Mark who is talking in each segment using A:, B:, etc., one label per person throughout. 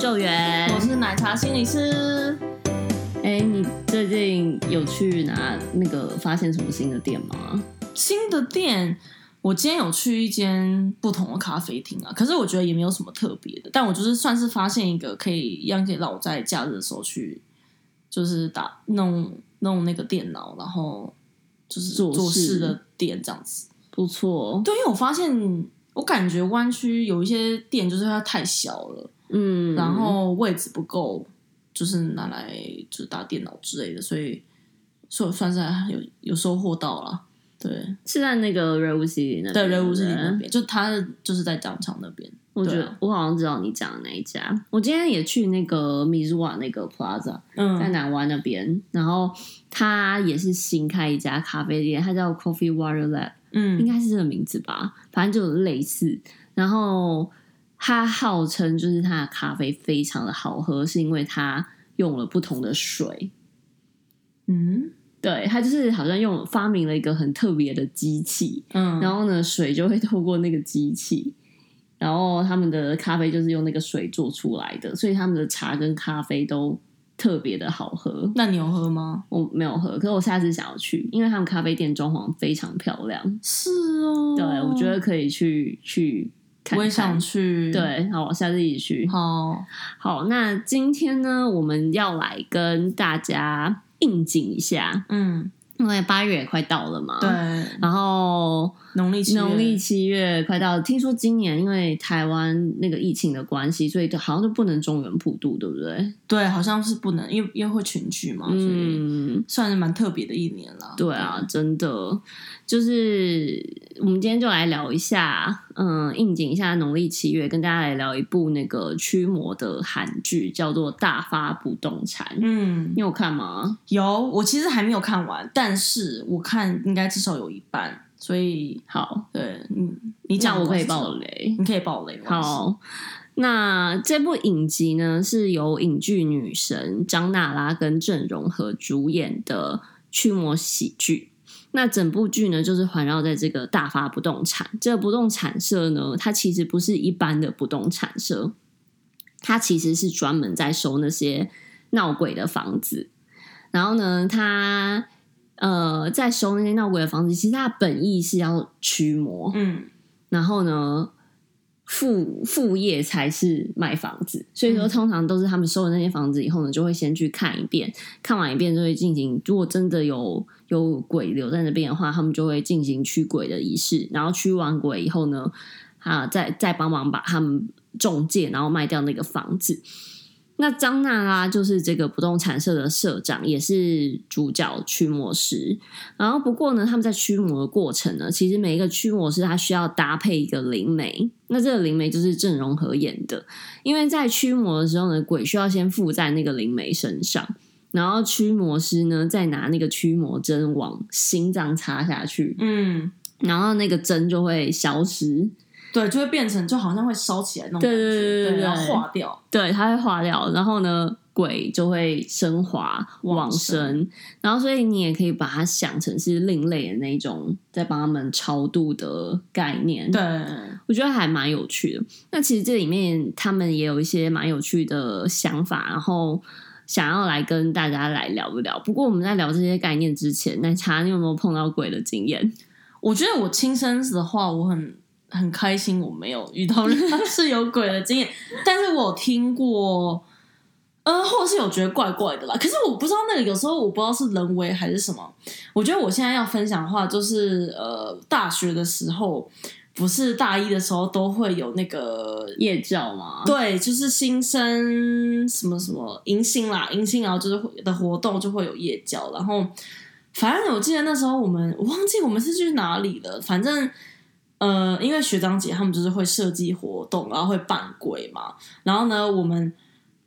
A: 救援。
B: 我是奶茶心理师。
A: 哎，你最近有去哪那个发现什么新的店吗？
B: 新的店，我今天有去一间不同的咖啡厅啊，可是我觉得也没有什么特别的，但我就是算是发现一个可以一样可以让我在假日的时候去，就是打弄弄那个电脑，然后就是
A: 做事
B: 做事的店这样子。
A: 不错，
B: 对，因为我发现我感觉湾区有一些店就是它太小了。
A: 嗯，
B: 然后位置不够，就是拿来就是打电脑之类的，所以所以算是还有有收获到了。对，
A: 是在那个瑞乌西里那
B: 在
A: 边，
B: 人物
A: 对
B: 是
A: 不对
B: 那边，就他就是在江场那边。
A: 我觉
B: 对
A: 得、
B: 啊
A: 我好像知道你讲的那一家。我今天也去那个米苏瓦那个 Plaza，在
B: 嗯，
A: 南湾那边，然后它也是新开一家咖啡店，它叫 Coffee Water Lab，应
B: 嗯，
A: 该是这个名字吧，反正就有类似。然后它号称就是它的咖啡非常的好喝，是因为它用了不同的水，
B: 嗯，
A: 对，它就是好像用发明了一个很特别的机器，
B: 嗯，
A: 然后呢，水就会透过那个机器，然后他们的咖啡就是用那个水做出来的，所以他们的茶跟咖啡都特别的好喝。
B: 那你有喝吗？
A: 我没有喝，可是我下次想要去，因为他们咖啡店装潢非常漂亮，
B: 是哦，
A: 对我觉得可以去去看看。
B: 我也想去。，
A: 对，好，我下次一起去。
B: 好，
A: 好，那今天呢，我们要来跟大家应景一下，
B: 嗯，
A: 因为八月也快到了嘛。
B: 对，，
A: 然后
B: 农历七月
A: 农历七月快到了，听说今年因为台湾那个疫情的关系，所以就好像就不能中原普渡，对不对？
B: 对，好像是不能，因为因为会群聚嘛，哦所以
A: 嗯，
B: 算是蛮特别的一年了。
A: 对啊，真的，就是我们今天就来聊一下，嗯，应景一下农历七月，跟大家来聊一部那个驱魔的韩剧，叫做《大发不动产》。
B: 对，嗯，
A: 你有看吗？
B: 有，我其实还没有看完，但是我看应该至少有一半，所以
A: 好，
B: 对，嗯，你
A: 你
B: 讲
A: 讲我可以
B: 知道
A: 爆，雷。
B: 你可以爆雷，我也是，
A: 好，那这部影集呢是由影剧女神张娜拉跟郑容和主演的驱魔喜剧。那整部剧呢，就是环绕在这个大发不动产。这个不动产社呢，它其实不是一般的不动产社，它其实是专门在收那些闹鬼的房子。然后呢，它呃在收那些闹鬼的房子，其实它的本意是要驱魔，
B: 嗯
A: 然后呢，副副业才是卖房子，所以说通常都是他们收了那些房子以后呢，就会先去看一遍，看完一遍就会进行，如果真的有有鬼留在那边的话，他们就会进行驱鬼的仪式，然后驱完鬼以后呢，啊，再再帮忙把他们中介，然后卖掉那个房子。那张娜拉就是这个不动产社的社长，也是主角驱魔师。然后不过呢，他们在驱魔的过程呢，其实每一个驱魔师他需要搭配一个灵媒，那这个灵媒就是郑容和演的。因为在驱魔的时候呢，鬼需要先附在那个灵媒身上，然后驱魔师呢再拿那个驱魔针往心脏插下去，
B: 嗯，
A: 然后那个针就会消失，
B: 对，就会变成就好像会烧起来那种感觉，
A: 对对对对对
B: 然后化掉，
A: 对，它会化掉，然后呢，鬼就会升华往
B: 往生
A: 生，然后所以你也可以把它想成是另类的那种，在帮他们超度的概念。
B: 对，
A: 我觉得还蛮有趣的。那其实这里面他们也有一些蛮有趣的想法，然后想要来跟大家来聊一聊。不过我们在聊这些概念之前，奶茶你有没有碰到鬼的经 验？
B: 我觉得我亲身的话，我很很开心，我没有遇到人 是有鬼的经验，但是我有听过。呃，或者是有觉得怪怪的啦，可是我不知道那个，有时候我不知道是人为还是什么。我觉得我现在要分享的话，就是呃，大学的时候，不是大一的时候都会有那个
A: 夜教吗？
B: 对，就是新生什么什么迎新啦，迎新然后就是的活动就会有夜教，然后反正我记得那时候我们我忘记我们是去哪里了，反正呃，因为学长姐他们就是会设计活动，然后会扮鬼嘛，然后呢，我们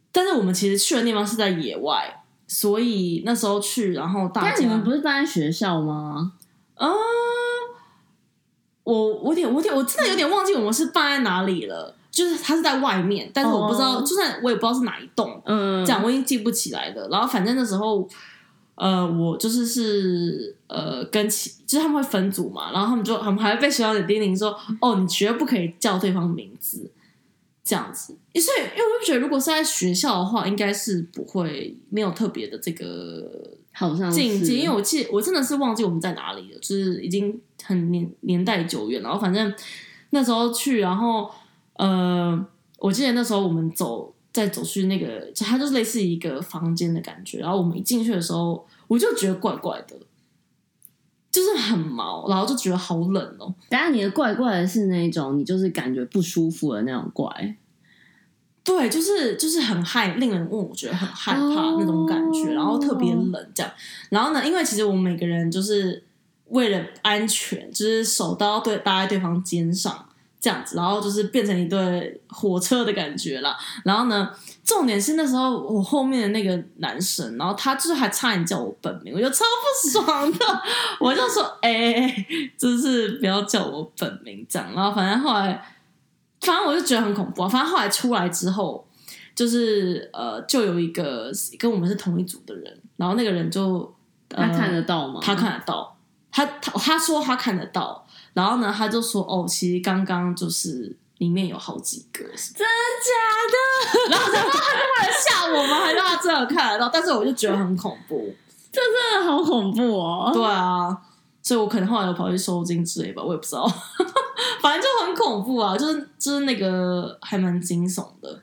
B: 但是我们其实去的地方是在野外，所以那时候去，然后大家
A: 但你们不是办在学校吗？
B: 啊、我我有点我有点我真的有点忘记我们是办在哪里了，就是它是在外面，但是我不知道
A: 哦
B: 就算我也不知道是哪一栋，
A: 嗯，
B: 这样我已经记不起来了。然后反正那时候，呃，我就是是呃跟其就是他们会分组嘛，然后他们就他们还会被学校的叮咛说，哦，你绝对不可以叫对方名字。这样子。诶所以，因为我就觉得，如果是在学校的话，应该是不会没有特别的这个
A: 好像是
B: 境界，因为我记得我真的是忘记我们在哪里了，就是已经很年年代久远，然后反正那时候去，然后呃，我记得那时候我们走再走去那个，就它就是类似一个房间的感觉，然后我们一进去的时候，我就觉得怪怪的，就是很毛，然后就觉得好冷哦、
A: 当然你的怪怪的是那种你就是感觉不舒服的那种怪，
B: 对，就是就是很害，令人问我觉得很害怕
A: 哦
B: 那种感觉，然后特别冷这样。然后呢，因为其实我们每个人就是为了安全，就是手都要对搭在对方肩上这样子，然后就是变成一对火车的感觉啦。然后呢，重点是那时候我后面的那个男生，然后他就是还差点叫我本名，我就超不爽的，我就说哎、欸欸，就是不要叫我本名这样。然后反正后来。反正我就觉得很恐怖、啊。反正后来出来之后，就是呃，就有一个跟我们是同一组的人，然后那个人就、呃、
A: 他看得到吗？
B: 他看得到，他他他说他看得到，然后呢，他就说哦，其实刚刚就是里面有好几个，真的假的？然后我想说他是为了吓我吗？还是他真的看得到？但是我就觉得很恐怖，
A: 真的好恐怖哦！
B: 对啊，所以我可能后来有跑去收金之类吧，我也不知道， 反正就很恐怖啊，就是就是那个还蛮惊悚的，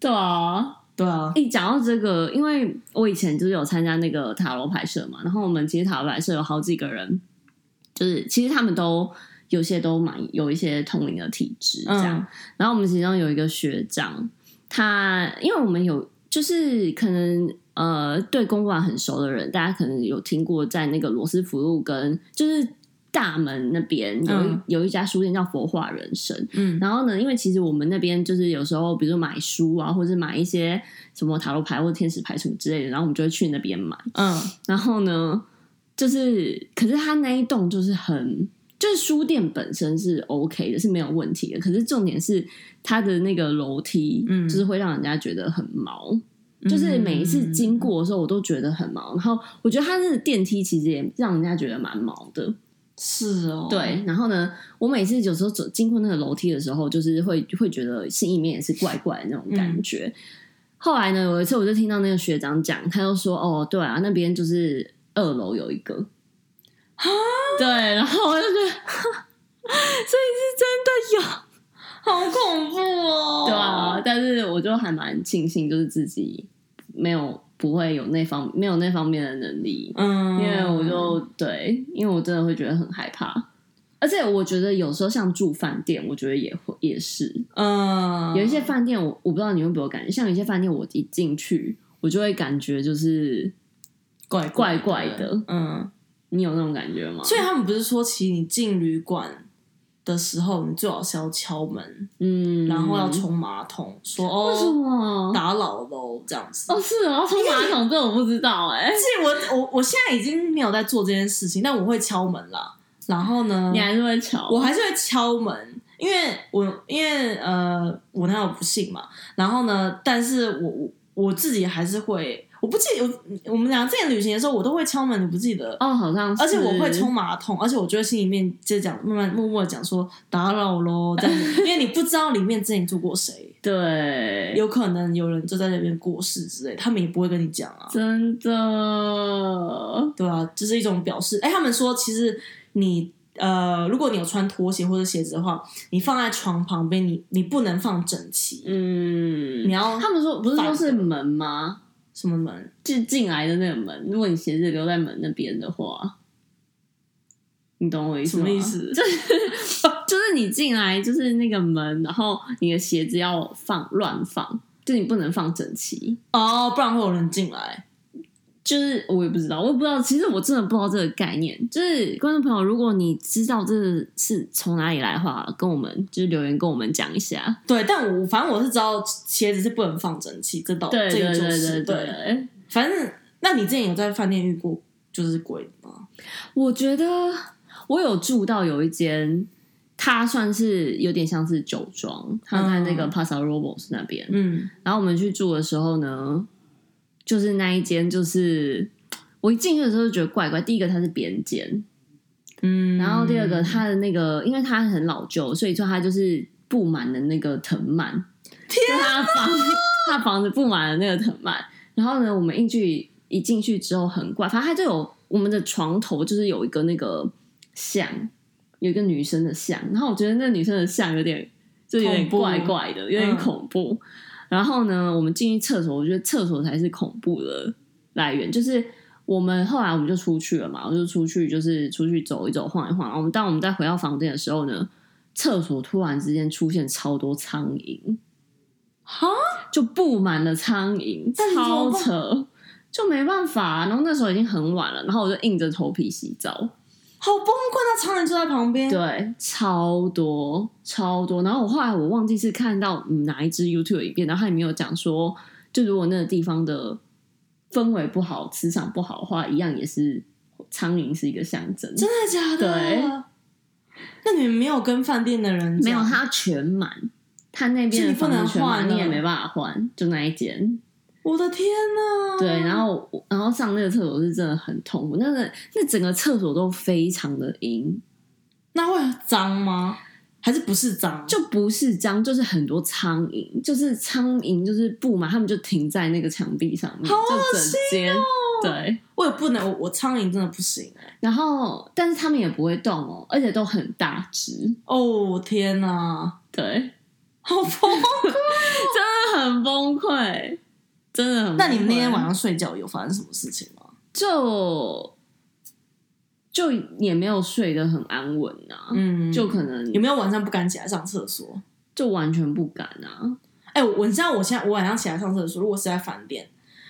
A: 对啊，
B: 对啊，
A: 一讲到这个，因为我以前就是有参加那个塔罗牌社嘛，然后我们其实塔罗牌社有好几个人，就是其实他们都有些都蛮有一些通灵的体质这样。
B: 嗯
A: 然后我们其中有一个学长，他因为我们有就是可能呃对公馆很熟的人，大家可能有听过，在那个罗斯福路跟就是大门那边有一、
B: 嗯
A: 有一家书店叫佛化人生，
B: 嗯
A: 然后呢，因为其实我们那边就是有时候，比如说买书啊，或者是买一些什么塔罗牌或天使牌什么之类的，然后我们就会去那边买。
B: 嗯
A: 然后呢，就是可是它那一栋就是很，就是书店本身是 OK 的，是没有问题的。可是重点是它的那个楼梯，
B: 嗯
A: 就是会让人家觉得很毛。就是每一次
B: 嗯
A: 经过的时候，我都觉得很毛。然后我觉得它那个电梯其实也让人家觉得蛮毛的。
B: 是哦，
A: 对，然后呢，我每次有时候走经过那个楼梯的时候，就是会会觉得心里面也是怪怪的那种
B: 嗯
A: 感觉。后来呢，有一次我就听到那个学长讲，他就说：“哦，对啊，那边就是二楼有一个。” 对，然后我就觉得，所以是真的有，
B: 好恐怖哦，
A: 对啊。但是我就还蛮庆幸，就是自己没有不会有那方没有那方面的能力。
B: 嗯，
A: 因为我就对，因为我真的会觉得很害怕，而且我觉得有时候像住饭店，我觉得也会也是
B: 嗯
A: 有一些饭店我，我不知道你有没有感觉，像有一些饭店，我一进去，我就会感觉就是
B: 怪
A: 怪怪
B: 怪
A: 的
B: 嗯，
A: 你有那种感觉吗？
B: 所以他们不是说，其实你进旅馆的时候，你最好是要敲门，
A: 嗯，
B: 然后要冲马桶，说
A: 为什
B: 哦
A: 么？
B: 打扰喽这样子，
A: 哦，是哦，冲马桶这我不知道哎、
B: 而且我我我现在已经没有在做这件事情，但我会敲门啦。然后呢
A: 你，还是会吵，
B: 我还是会敲门，因为我因为呃我那有不幸嘛。然后呢，但是我我我自己还是会，我不记得我我们俩之前旅行的时候，我都会敲门，你不记得？
A: 哦，好像是，
B: 而且我会冲马桶，而且我就会心里面就讲慢慢默默地讲说打扰喽，这样子，因为你不知道里面之前住过谁，
A: 对，
B: 有可能有人就在那边过世之类，他们也不会跟你讲啊。
A: 真的，
B: 对啊，这、是一种表示。哎，他们说其实你呃，如果你有穿拖鞋或者鞋子的话，你放在床旁边，你你不能放整齐，
A: 嗯
B: 你，要
A: 他们说不是说是门吗？
B: 什么门？
A: 就进来的那个门，如果你鞋子留在门那边的话，你懂我意思
B: 什
A: 吗？
B: 么意？思？
A: 就是你进来就是那个门，然后你的鞋子要放乱放，就你不能放整齐。
B: 哦，不然会有人进来。
A: 就是我也不知道，我也不知道，其实我真的不知道这个概念。就是观众朋友，如果你知道这是从哪里来的话，跟我们就是留言跟我们讲一下。
B: 对，但我反正我是知道鞋子是不能放整齐，这倒
A: 对
B: 这
A: 对
B: 个
A: 对
B: 就
A: 对
B: 是对。
A: 对，
B: 反正，那你之前有在饭店遇过就是鬼的吗？
A: 我觉得我有住到有一间，它算是有点像是酒庄，它在那个
B: 嗯
A: Pasa Robles 那边。
B: 嗯，
A: 然后我们去住的时候呢，就是那一间，就是我一进去的时候就觉得怪怪。第一个它是边间，
B: 嗯
A: 然后第二个它的那个，因为它很老旧，所以说它就是布满了那个藤蔓，天他的房他的房子布满了那个藤蔓。然后呢，我们一去一进去之后很怪，反正他就有我们的床头就是有一个那个像，有一个女生的像。然后我觉得那女生的像有点就有点
B: 恐怖
A: 怪怪的，有点
B: 嗯
A: 恐怖。然后呢，我们进去厕所，我觉得厕所才是恐怖的来源，就是我们后来我们就出去了嘛，我就出去就是出去走一走、晃一晃。然后我们当我们再回到房间的时候呢，厕所突然之间出现超多苍蝇，
B: 哈，
A: 就布满了苍蝇，
B: 那你怎
A: 超
B: 么办
A: 扯，就没办法、啊然后那时候已经很晚了，然后我就硬着头皮洗澡，
B: 好崩溃！那苍蝇就在旁边，
A: 对，超多超多。然后我后来我忘记是看到嗯哪一支 YouTube 影片，然后它里面有讲说，就如果那个地方的氛围不好、磁场不好的话，一样也是苍蝇是一个象征。
B: 真的假的？
A: 对。
B: 那你们没有跟饭店的人
A: 没
B: 讲
A: 有，它全满，它那边
B: 是
A: 的
B: 你不
A: 房
B: 能
A: 子全满，
B: 换啊
A: 你也
B: 了
A: 没办法换，就那一间。
B: 我的天呐！
A: 对，然后我然后上那个厕所是真的很痛苦，那个那整个厕所都非常的阴，
B: 那会脏吗？还是不是脏？
A: 就不是脏，就是很多苍蝇，就是苍蝇就是布嘛，他们就停在那个墙壁上面，
B: 好哦
A: 就整间、对，
B: 我也不能，我我苍蝇真的不行哎、
A: 然后但是他们也不会动哦，而且都很大只，
B: 哦天呐，
A: 对，
B: 好疯！
A: 真的很崩溃，真的很崩溃。
B: 那你们那天晚上睡觉有发生什么事情吗？
A: 就就也没有睡得很安稳啊，
B: 嗯，
A: 就可能
B: 有没有晚上不敢起来上厕所？
A: 就完全不敢啊。
B: 哎、我你知道我现在我晚上起来上厕所，如果是在饭店，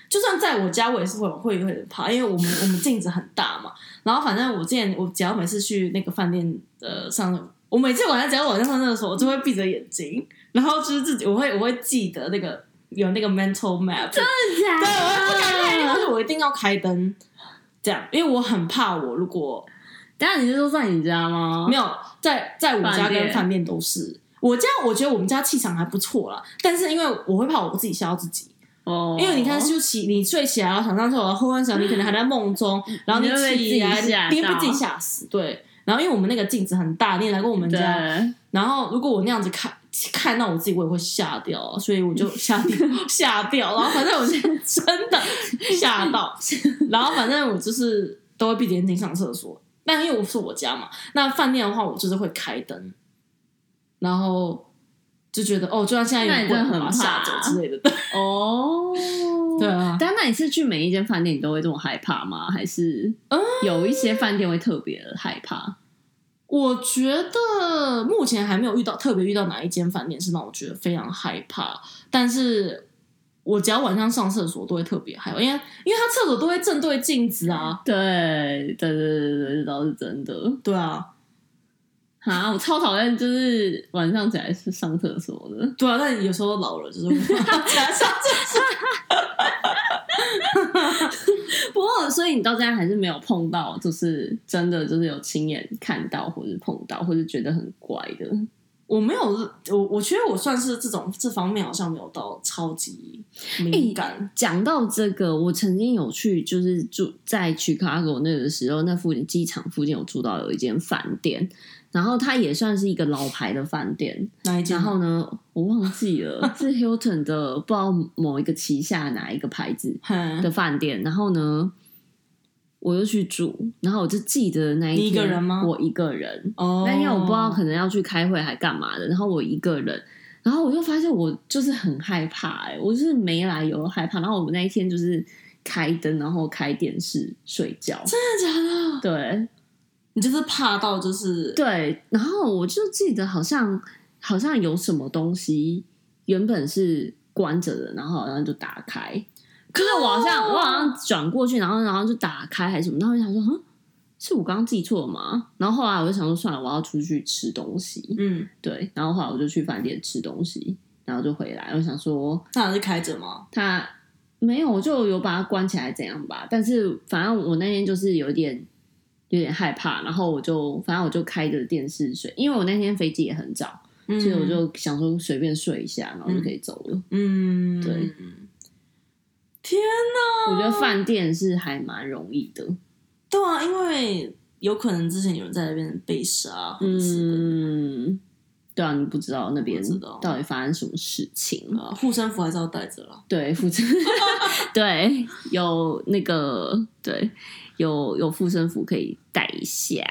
B: 就算在我家，我也是会会有点怕，因为我们我们镜子很大嘛。然后反正我之前我只要每次去那个饭店呃上，我每次晚上只要晚上上厕所，我就会闭着眼睛，然后就是自己我会我会记得那个有那个 mental map，真的
A: 对，
B: 对，我会不敢开灯，
A: 但
B: 但是我一定要开灯，这样，因为我很怕我如果
A: 等下你是说在你家吗？
B: 没
A: 有，
B: 有在在我家
A: 饭店
B: 跟饭店都是。我家我觉得我们家气场还不错啦，但是因为我会怕我自己吓到自己，
A: 哦
B: 因为你看就起你睡起来然后想上厕所，后半想你可能还在梦中，然后
A: 嗯你会被自己
B: 起来
A: 吓到
B: 你会被自己吓死，对。然后因为我们那个镜子很大，你也来过我们
A: 对，
B: 家，然后如果我那样子看看到我自己，我也会吓掉啊，所以我就吓掉 吓掉，然后反正我 就真的吓到，然后反正我就是都会闭着眼睛上厕所。但因为我是我家嘛，那饭店的话我就是会开灯，然后就觉得哦，就算现在
A: 那你
B: 有
A: 真
B: 鬼
A: 的很
B: 把我吓走
A: 怕
B: 之类的，对
A: 哦，
B: 对。啊，
A: 但那你是去每一间饭店你都会这么害怕吗？还是
B: 嗯
A: 有一些饭店会特别的害怕？
B: 我觉得目前还没有遇到特别遇到哪一间饭店是让我觉得非常害怕，但是我只要晚上上厕所都会特别害怕，因为因为他厕所都会正对镜子啊，
A: 对，对对对对，这倒是真的。
B: 对啊，
A: 啊，我超讨厌就是晚上起来是上厕所的。
B: 对啊，但有时候老了就是起来上厕所，
A: 不过，所以你到现在还是没有碰到，就是真的就是有亲眼看到，或是碰到，或是觉得很怪的。
B: 我没有我我觉得我算是这种这方面好像没有到超级敏感，
A: 讲到这个，我曾经有去，就是住在 Chicago 那个时候，那附近机场附近有住到有一间饭店，然后它也算是一个老牌的饭店。
B: 哪一间？
A: 然后呢，我忘记了是 Hilton 的，不知道某一个旗下哪一个牌子
B: 哼
A: 的饭店。然后呢，我又去住，然后我就记得那一天
B: 你一个人吗
A: 我一个人，
B: 哦，
A: 那因为我不知道可能要去开会还干嘛的，然后我一个人，然后我就发现我就是很害怕、欸，我就是没来由害怕。然后我那一天就是开灯，然后开电视睡觉，
B: 真的假的，
A: 对
B: 你就是怕到就是
A: 对。然后我就记得好像好像有什么东西原本是关着的，然后好像就打开，就是我好像我好像
B: 哦
A: 转过去，然后然后就打开还是什么，然后我就想说，嗯，是我刚刚记错了吗？然后后来我就想说，算了，我要出去吃东西，
B: 嗯，
A: 对，然后后来我就去饭店吃东西，然后就回来。我想说
B: 那还是开着吗？
A: 他没有，我就有把它关起来怎样吧。但是反正我那天就是有点有点害怕，然后我就反正我就开着电视睡，因为我那天飞机也很早，
B: 嗯
A: 所以我就想说随便睡一下，然后就可以走了。
B: 嗯，
A: 对。
B: 天哪！
A: 我觉得饭店是还蛮容易的，
B: 对啊，因为有可能之前有人在那边被杀，或者是、
A: 嗯，对啊，你不知道那边
B: 不知道
A: 到底发生什么事情。
B: 呃，护身符还是要带着了。
A: 对，附身， 对，有那个，对，有有附身符可以带一下。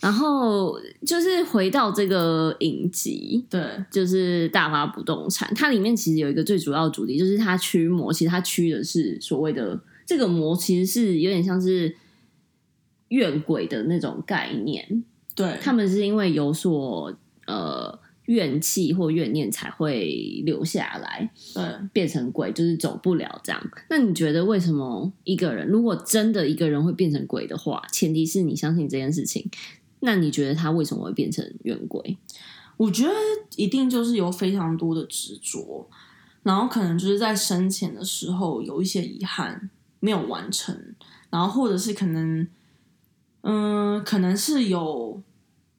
A: 然后就是回到这个影集，
B: 对对
A: 就是大发不动产，它里面其实有一个最主要的主题，就是它驱魔，其实它驱的是所谓的这个魔，其实是有点像是怨鬼的那种概念。
B: 对，
A: 他们是因为有所呃怨气或怨念才会留下来，
B: 对
A: 变成鬼，就是走不了这样。那你觉得为什么一个人如果真的一个人会变成鬼的话，前提是你相信这件事情，那你觉得他为什么会变成怨鬼？
B: 我觉得一定就是有非常多的执着，然后可能就是在生前的时候有一些遗憾没有完成，然后或者是可能，嗯、可能是有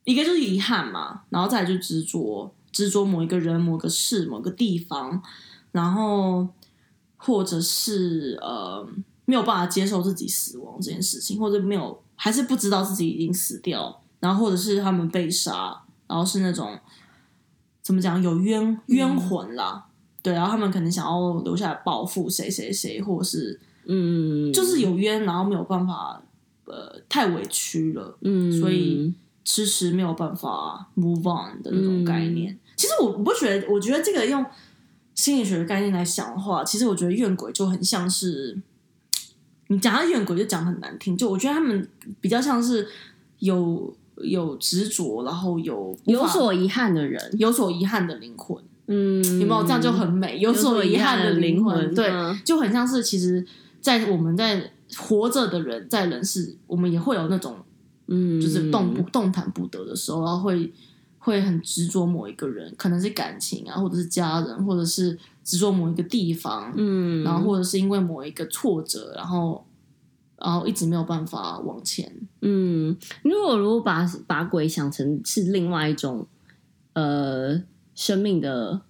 B: 一个就是遗憾嘛，然后再来就执着，执着某一个人、某个事、某个地方，然后或者是呃没有办法接受自己死亡这件事情，或者没有还是不知道自己已经死掉，然后或者是他们被杀，然后是那种怎么讲有冤冤魂
A: 嗯
B: 啦。对，然后他们可能想要留下来报复谁谁谁，或者是
A: 嗯，
B: 就是有冤，然后没有办法，呃，太委屈了，
A: 嗯，
B: 所以迟迟没有办法 move on 的那种概念。
A: 嗯
B: 其实我我不觉得，我觉得这个用心理学的概念来想的话，其实我觉得怨鬼就很像是，你讲到怨鬼就讲得很难听，就我觉得他们比较像是有有执着，然后有
A: 有
B: 无法
A: 所遗憾的人，
B: 有所遗憾的灵魂。
A: 嗯，
B: 有没有？这样就很美，有所遗憾的灵
A: 有所遗憾的灵魂
B: 对
A: 嗯，
B: 就很像是其实，在我们在活着的人在人世，我们也会有那种
A: 嗯，
B: 就是动不动弹不得的时候，然后会会很执着某一个人，可能是感情啊，或者是家人，或者是执着某一个地方，
A: 嗯，
B: 然后或者是因为某一个挫折，然后然后一直没有办法往前。
A: 嗯，如果如果把把鬼想成是另外一种呃生命的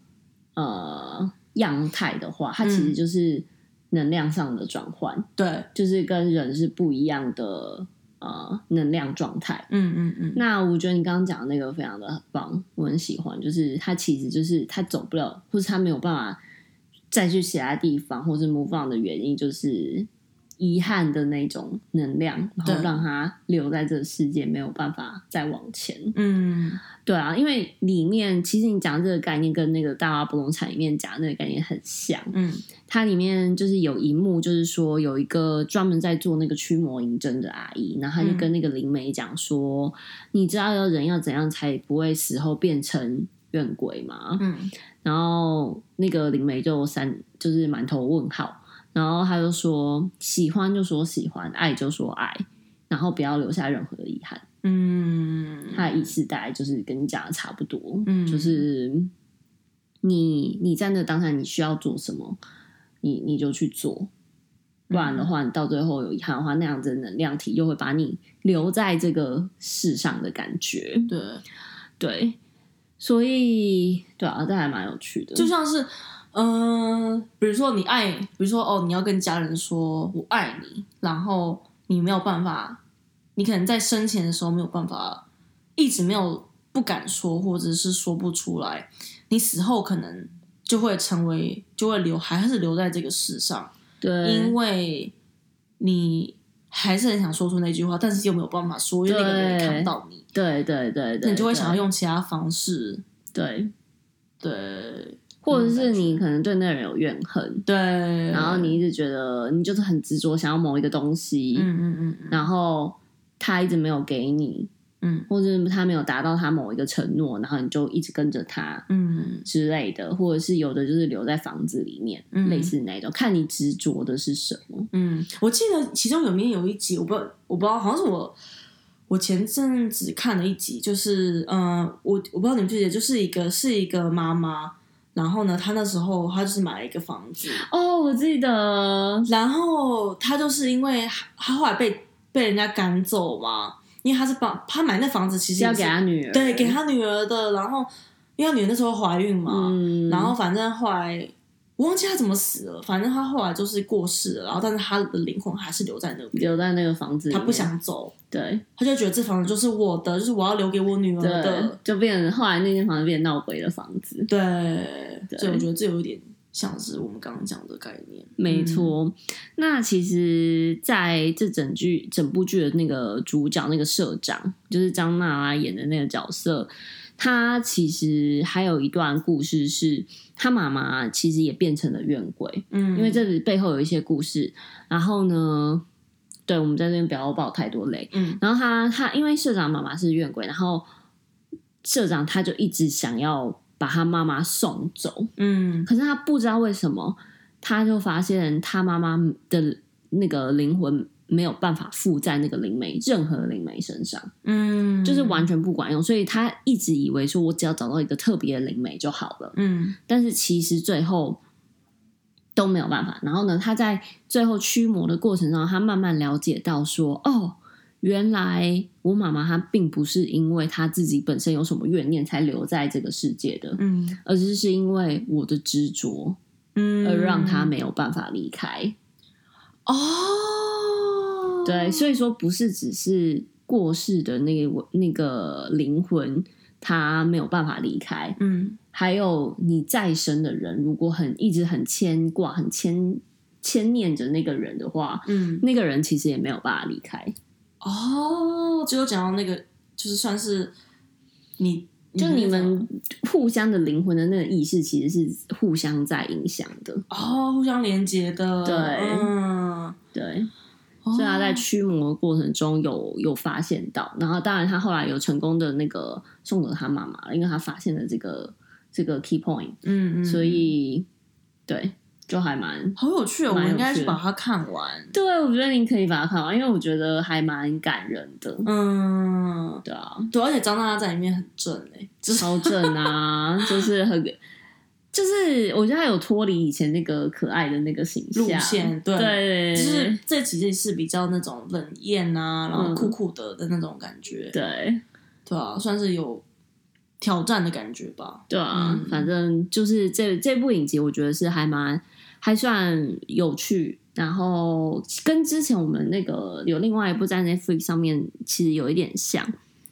A: 呃样态的话，它其实
B: 嗯
A: 就是能量上的转换，
B: 对，
A: 就是跟人是不一样的呃能量状态。
B: 嗯嗯嗯，
A: 那我觉得你刚刚讲的那个非常的棒，我很喜欢。就是他其实就是他走不了，或是他没有办法再去其他地方，或是 move on 的原因，就是遗憾的那种能量，然后
B: 对
A: 让他留在这个世界，没有办法再往前。
B: 嗯，
A: 对啊，因为里面其实你讲这个概念跟那个《大话不动产》里面讲的那个概念很像。
B: 嗯，
A: 它里面就是有一幕，就是说有一个专门在做那个驱魔银针的阿姨，然后她就跟那个灵媒讲说：“你知道要人要怎样才不会死后变成怨鬼吗？”
B: 嗯，
A: 然后那个灵媒就三就是满头问号，然后他就说：“喜欢就说喜欢，爱就说爱，然后不要留下任何的遗憾。”
B: 嗯，
A: 他的意思大概就是跟你讲的差不多，
B: 嗯
A: 就是你你在那当下你需要做什么，你你就去做，不然
B: 嗯
A: 的话，你到最后有遗憾的话，那样子的能量体又会把你留在这个世上的感觉，
B: 对。
A: 对，所以对啊，这还蛮有趣的，
B: 就像是，嗯、比如说你爱，比如说哦，你要跟家人说我爱你，然后你没有办法，你可能在生前的时候没有办法，一直没有不敢说，或者是说不出来，你死后可能就会成为，就会留，还是留在这个世上，因
A: 对
B: 为你还是很想说出那句话，但是又没有办法说，因为那个人
A: 对
B: 看到你，
A: 对对对对，
B: 你就会想要
A: 对
B: 用其他方式，
A: 对，
B: 对
A: 或者是你可能对那个人有怨恨，
B: 对，
A: 然
B: 然
A: 后你一直觉得你就是很执着想要某一个东西，
B: 嗯嗯嗯嗯
A: 然后他一直没有给你，
B: 嗯
A: 或者他没有达到他某一个承诺，然后你就一直跟着他
B: 嗯
A: 之类的，或者是有的就是留在房子里面，
B: 嗯
A: 类似那种，看你执着的是什么。
B: 嗯，我记得其中有面有一集，我不知道，我不知道，好像是我我前阵子看了一集，就是嗯、呃，我我不知道你们记不记得，就是一个是一个妈妈，然后呢，她那时候她就是买了一个房子，
A: 哦，我记得，
B: 然后她就是因为她后来被被人家赶走嘛，因为她是帮她买那房子其实
A: 是要
B: 也是
A: 给他女儿，
B: 对给她女儿的，然后因为她女儿那时候怀孕嘛，
A: 嗯，
B: 然后反正后来我忘记他怎么死了，反正他后来就是过世了，然后但是他的灵魂还是留在那边，
A: 留在那个房子里
B: 他
A: 面，
B: 不想走，
A: 对
B: 他就觉得这房子就是我的，就是我要留给我女儿
A: 对
B: 的，，
A: 就变成后来那间房子变闹鬼的房子，
B: 对，
A: 对
B: 所以我觉得这有一点像是我们刚刚讲的概念，
A: 没
B: 嗯，
A: 错。那其实在这整剧整部剧的那个主角那个社长，就是张娜拉演的那个角色。他其实还有一段故事是，他妈妈其实也变成了怨鬼，
B: 嗯，
A: 因为这里背后有一些故事。然后呢，对我们在这边不要爆太多雷。
B: 嗯
A: 然后他他因为社长妈妈是怨鬼，然后社长他就一直想要把他妈妈送走，
B: 嗯
A: 可是他不知道为什么，他就发现他妈妈的那个灵魂。没有办法附在那个灵媒任何灵媒身上，
B: 嗯，
A: 就是完全不管用，所以他一直以为说我只要找到一个特别的灵媒就好了。
B: 嗯
A: 但是其实最后都没有办法。然后呢，他在最后驱魔的过程中，他慢慢了解到说，哦，原来我妈妈她并不是因为她自己本身有什么怨念才留在这个世界的，
B: 嗯
A: 而是是因为我的执着
B: 嗯，
A: 而让她没有办法离开。
B: 哦，
A: 对，所以说不是只是过世的那个那个灵魂，他没有办法离开，
B: 嗯
A: 还有你再生的人，如果很一直很牵挂、很牵牵念着那个人的话，
B: 嗯
A: 那个人其实也没有办法离开。
B: 哦，只有讲到那个，就是算是你，
A: 就你
B: 那种
A: 们互相的灵魂的那个意识，其实是互相在影响的。
B: 哦互相连接的，
A: 对
B: 嗯，
A: 对，
B: 哦
A: 所以他在驱魔的过程中有有发现到，然后当然他后来有成功的那个送给他妈妈了，因为他发现了这个这个 key point，
B: 嗯嗯，
A: 所以对，就还蛮
B: 好有趣哦，我
A: 蛮有
B: 应该
A: 趣
B: 去
A: 的
B: 把它看完，
A: 对，我觉得你可以把它看完，因为我觉得还蛮感人的。
B: 嗯，
A: 对啊，
B: 对，而且张娜拉在里面很正哎、就是
A: 超正啊，就是 很，就是我觉得他有脱离以前那个可爱的那个形象
B: 路线对
A: 对对，
B: 就是这几集是比较那种冷艳啊，然后
A: 嗯
B: 酷酷的的那种感觉，
A: 对
B: 对啊，算是有挑战的感觉吧，
A: 对啊，
B: 嗯
A: 反正就是这这部影集，我觉得是还蛮还算有趣。然后跟之前我们那个有另外一部在 Netflix 上面，其实有一点像，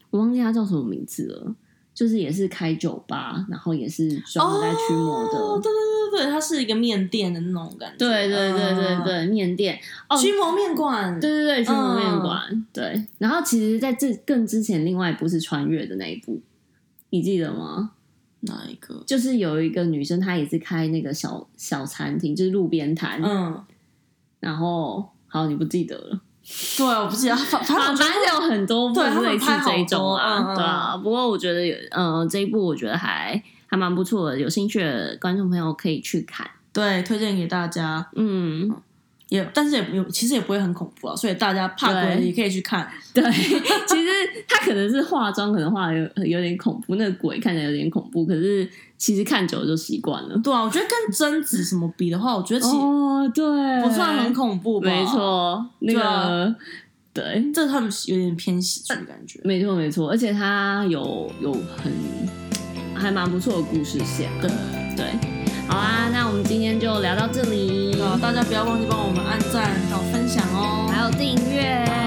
A: 我忘记它叫什么名字了，就是也是开酒吧，然后也是专门在驱魔的。
B: 哦对对对对，它是一个面店的那种感觉。
A: 对对对对
B: 嗯，
A: 对，面店哦，
B: 驱魔面馆。
A: 对对对，去蒙面
B: 嗯
A: 馆。对，然后其实在这更之前，另外一部是穿越的那一部，你记得吗？
B: 哪一个？
A: 就是有一个女生，她也是开那个小小餐厅，就是路边摊。
B: 嗯，
A: 然后，好，你不记得了。
B: 对，我不记得，反反正
A: 啊
B: 我觉
A: 反
B: 得
A: 正有很多部
B: 对他们
A: 类似
B: 拍好
A: 这一种啊，
B: 多嗯嗯
A: 对啊。不过我觉得有，呃，这一部我觉得还还蛮不错的，有兴趣的观众朋友可以去看。
B: 对，推荐给大家。
A: 嗯，
B: 也，但是也没有，其实也不会很恐怖啊，所以大家怕鬼的
A: 对
B: 也可以去看。
A: 对， 其实他可能是化妆，可能化的有有点恐怖，那个鬼看起来有点恐怖，可是其实看久了就习惯了。
B: 对啊，我觉得跟贞子什么比的话，我觉得其实
A: 哦，对，
B: 不算很恐怖吧。
A: 没，错，那
B: 对啊
A: 个对，
B: 这他们有点偏喜剧感觉。
A: 没错没错，而且他有有很还蛮不错的故事线。
B: 对，
A: 对，好啊，那我们今天就聊到这里
B: 对，啊，大家不要忘记帮我们按赞还有分享哦。
A: 还有订阅。